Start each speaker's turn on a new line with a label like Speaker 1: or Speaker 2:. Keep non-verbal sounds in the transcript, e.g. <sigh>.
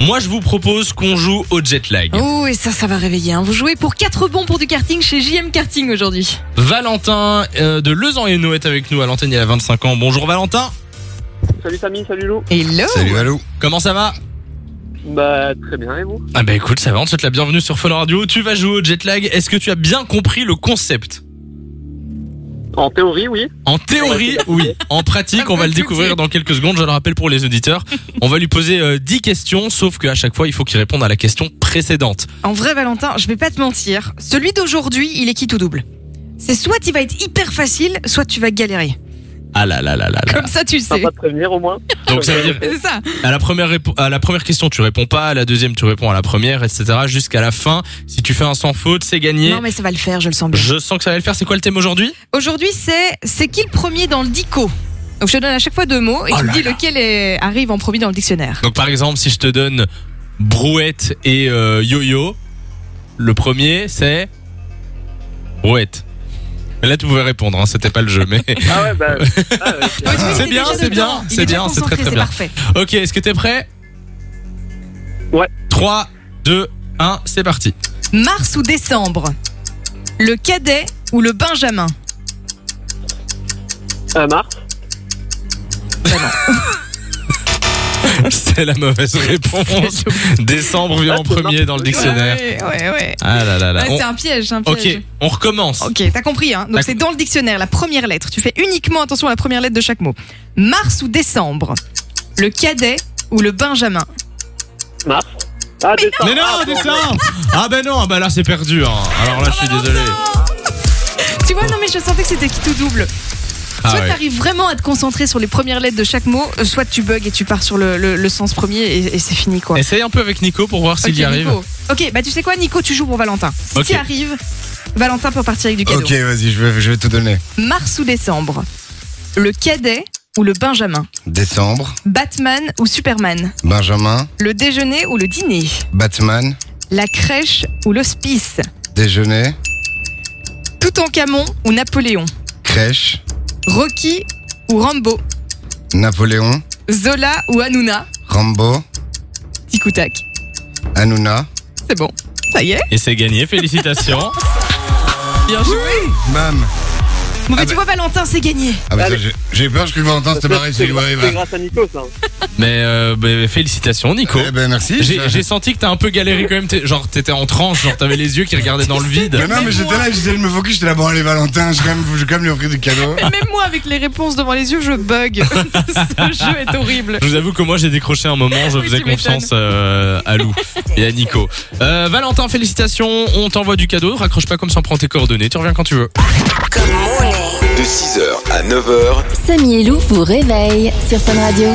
Speaker 1: Moi, je vous propose qu'on joue au jet lag.
Speaker 2: Oh, et ça, ça va réveiller. hein. Vous jouez pour 4 bons pour du karting chez JM Karting aujourd'hui.
Speaker 1: Valentin euh, de Lezan et Noé est avec nous à l'antenne, il a 25 ans. Bonjour Valentin,
Speaker 3: Salut Samy, salut Lou.
Speaker 2: Hello
Speaker 4: Salut Valou.
Speaker 1: comment ça va
Speaker 3: Bah très bien et vous
Speaker 1: Ah bah écoute, ça va, on te souhaite la bienvenue sur Fun Radio. Tu vas jouer au jet lag. Est-ce que tu as bien compris le concept
Speaker 3: En théorie oui.
Speaker 1: En théorie, <laughs> oui. En pratique, on va le découvrir dans quelques secondes. Je le rappelle pour les auditeurs. On va lui poser euh, 10 questions, sauf qu'à chaque fois, il faut qu'il réponde à la question précédente.
Speaker 2: En vrai, Valentin, je vais pas te mentir. Celui d'aujourd'hui, il est qui tout double C'est soit il va être hyper facile, soit tu
Speaker 1: <laughs>
Speaker 2: vas galérer.
Speaker 1: Ah là là là là là.
Speaker 2: Comme ça, tu le sais.
Speaker 3: Sympa de prévenir au moins.
Speaker 1: Donc ça veut dire
Speaker 2: C'est ça.
Speaker 1: à la première répo- à la première question tu réponds pas, à la deuxième tu réponds à la première, etc. Jusqu'à la fin. Si tu fais un sans faute, c'est gagné.
Speaker 2: Non, mais ça va le faire, je le sens bien.
Speaker 1: Je sens que ça va le faire. C'est quoi le thème aujourd'hui
Speaker 2: Aujourd'hui, c'est c'est qui le premier dans le dico Donc, je te donne à chaque fois deux mots et
Speaker 1: Oh
Speaker 2: tu me
Speaker 1: là Ah.
Speaker 2: dis lequel est- arrive en premier dans le dictionnaire.
Speaker 1: Donc par exemple, si je te donne brouette et euh, yo-yo, le premier c'est brouette. Mais là tu pouvais répondre, hein, c'était pas le jeu.
Speaker 2: <laughs>
Speaker 1: Mais
Speaker 3: Ah
Speaker 1: <laughs>
Speaker 3: ouais bah. ah, ouais,
Speaker 2: Ouais, tu
Speaker 3: c'est-
Speaker 2: vois,
Speaker 1: C'est
Speaker 2: il est
Speaker 1: bien,
Speaker 2: déjà
Speaker 1: c'est bien,
Speaker 2: dedans. Il
Speaker 1: c'est
Speaker 2: est déjà
Speaker 1: bien, c'est très,
Speaker 2: concentré,
Speaker 1: très bien.
Speaker 2: parfait.
Speaker 1: ok, est-ce que t'es prêt
Speaker 3: Ouais.
Speaker 1: 3, 2, 1, c'est
Speaker 2: <laughs>
Speaker 1: parti.
Speaker 2: Mars ou décembre Le cadet ou le benjamin
Speaker 3: Euh, Mars.
Speaker 1: c'est la mauvaise
Speaker 2: <laughs>
Speaker 1: réponse. Décembre vient en premier dans le dictionnaire.
Speaker 2: Ouais, ouais, ouais.
Speaker 1: Ah là là là.
Speaker 2: Ouais,
Speaker 1: On-
Speaker 2: C'est un piège, c'est un piège.
Speaker 1: Ok, on recommence.
Speaker 2: Ok, t'as compris, hein Donc
Speaker 1: D'accord.
Speaker 2: c'est dans le dictionnaire, la première lettre. Tu fais uniquement attention à la première lettre de chaque mot. Mars ou décembre Le cadet ou le benjamin
Speaker 3: Mars. Ah descend.
Speaker 1: Mais non, c'est ça Ah ben non, ah ben là c'est perdu. hein. Alors
Speaker 2: Ah
Speaker 1: là je suis
Speaker 2: bah
Speaker 1: désolé.
Speaker 2: Tu vois, non mais je sentais que c'était qui tout double.
Speaker 1: Ah
Speaker 2: soit
Speaker 1: ouais.
Speaker 2: t'arrives vraiment à te concentrer sur les premières lettres de chaque mot, euh, soit tu bugs et tu pars sur le, le- le sens premier et, et c'est fini quoi.
Speaker 1: Essaye un peu avec Nico pour voir s'il
Speaker 2: Ok,
Speaker 1: y arrive.
Speaker 2: Nico. Ok, bah tu sais quoi, Nico, tu joues pour Valentin. Si
Speaker 1: Ok.
Speaker 2: t'y arrives, Valentin peut partir avec du cadeau.
Speaker 4: Ok, vas-y, je vais, je vais tout donner.
Speaker 2: Mars ou décembre Le cadet ou le benjamin
Speaker 4: Décembre,
Speaker 2: Batman ou Superman
Speaker 4: Benjamin,
Speaker 2: Le déjeuner ou le dîner
Speaker 4: Batman,
Speaker 2: La crèche ou l'hospice
Speaker 4: déjeuner,
Speaker 2: Tout en Camon ou Napoléon
Speaker 4: crèche,
Speaker 2: Rocky ou Rambo
Speaker 4: Napoléon,
Speaker 2: Zola ou Hanouna
Speaker 4: Rambo,
Speaker 2: Tic ou tac.
Speaker 4: Hanouna.
Speaker 2: C'est bon. Ça y est.
Speaker 1: Et c'est gagné, félicitations.
Speaker 2: <laughs> Bien joué.
Speaker 4: Bam
Speaker 2: Bon, mais
Speaker 4: Ah
Speaker 2: tu
Speaker 4: bah-
Speaker 2: vois, Valentin, c'est gagné.
Speaker 4: Ah bah,
Speaker 3: Allez.
Speaker 4: j'ai- j'ai peur, je crois que Valentin c'était pareil, c'est
Speaker 3: grâce-
Speaker 4: ouais,
Speaker 3: c'est
Speaker 4: bah.
Speaker 3: grâce à hein. Nico ça.
Speaker 1: Mais euh, ben, félicitations Nico.
Speaker 4: Eh ben merci.
Speaker 1: J'ai
Speaker 4: ça-
Speaker 1: j'ai senti que t'as un peu galéré quand même. T'es- Genre t'étais en transe, genre t'avais les yeux qui regardaient dans le vide.
Speaker 4: Mais non, mais j'étais là, j'étais, je me focus, j'étais là, bon, allez, Valentin, je vais quand même, je vais quand même lui offrir du cadeau.
Speaker 2: Mais même moi, avec les réponses devant les yeux, je bug. <laughs> Ce jeu est horrible.
Speaker 1: Je vous avoue que moi j'ai décroché un moment, je
Speaker 2: Oui,
Speaker 1: faisais
Speaker 2: tu m'étonnes.
Speaker 1: confiance euh, à Lou et à Nico. Euh, Valentin, félicitations, on t'envoie du cadeau, raccroche pas comme ça, on prend tes coordonnées, tu reviens quand tu veux.
Speaker 5: De 6h à 9h,
Speaker 6: Samy et Lou vous réveille sur Fun Radio.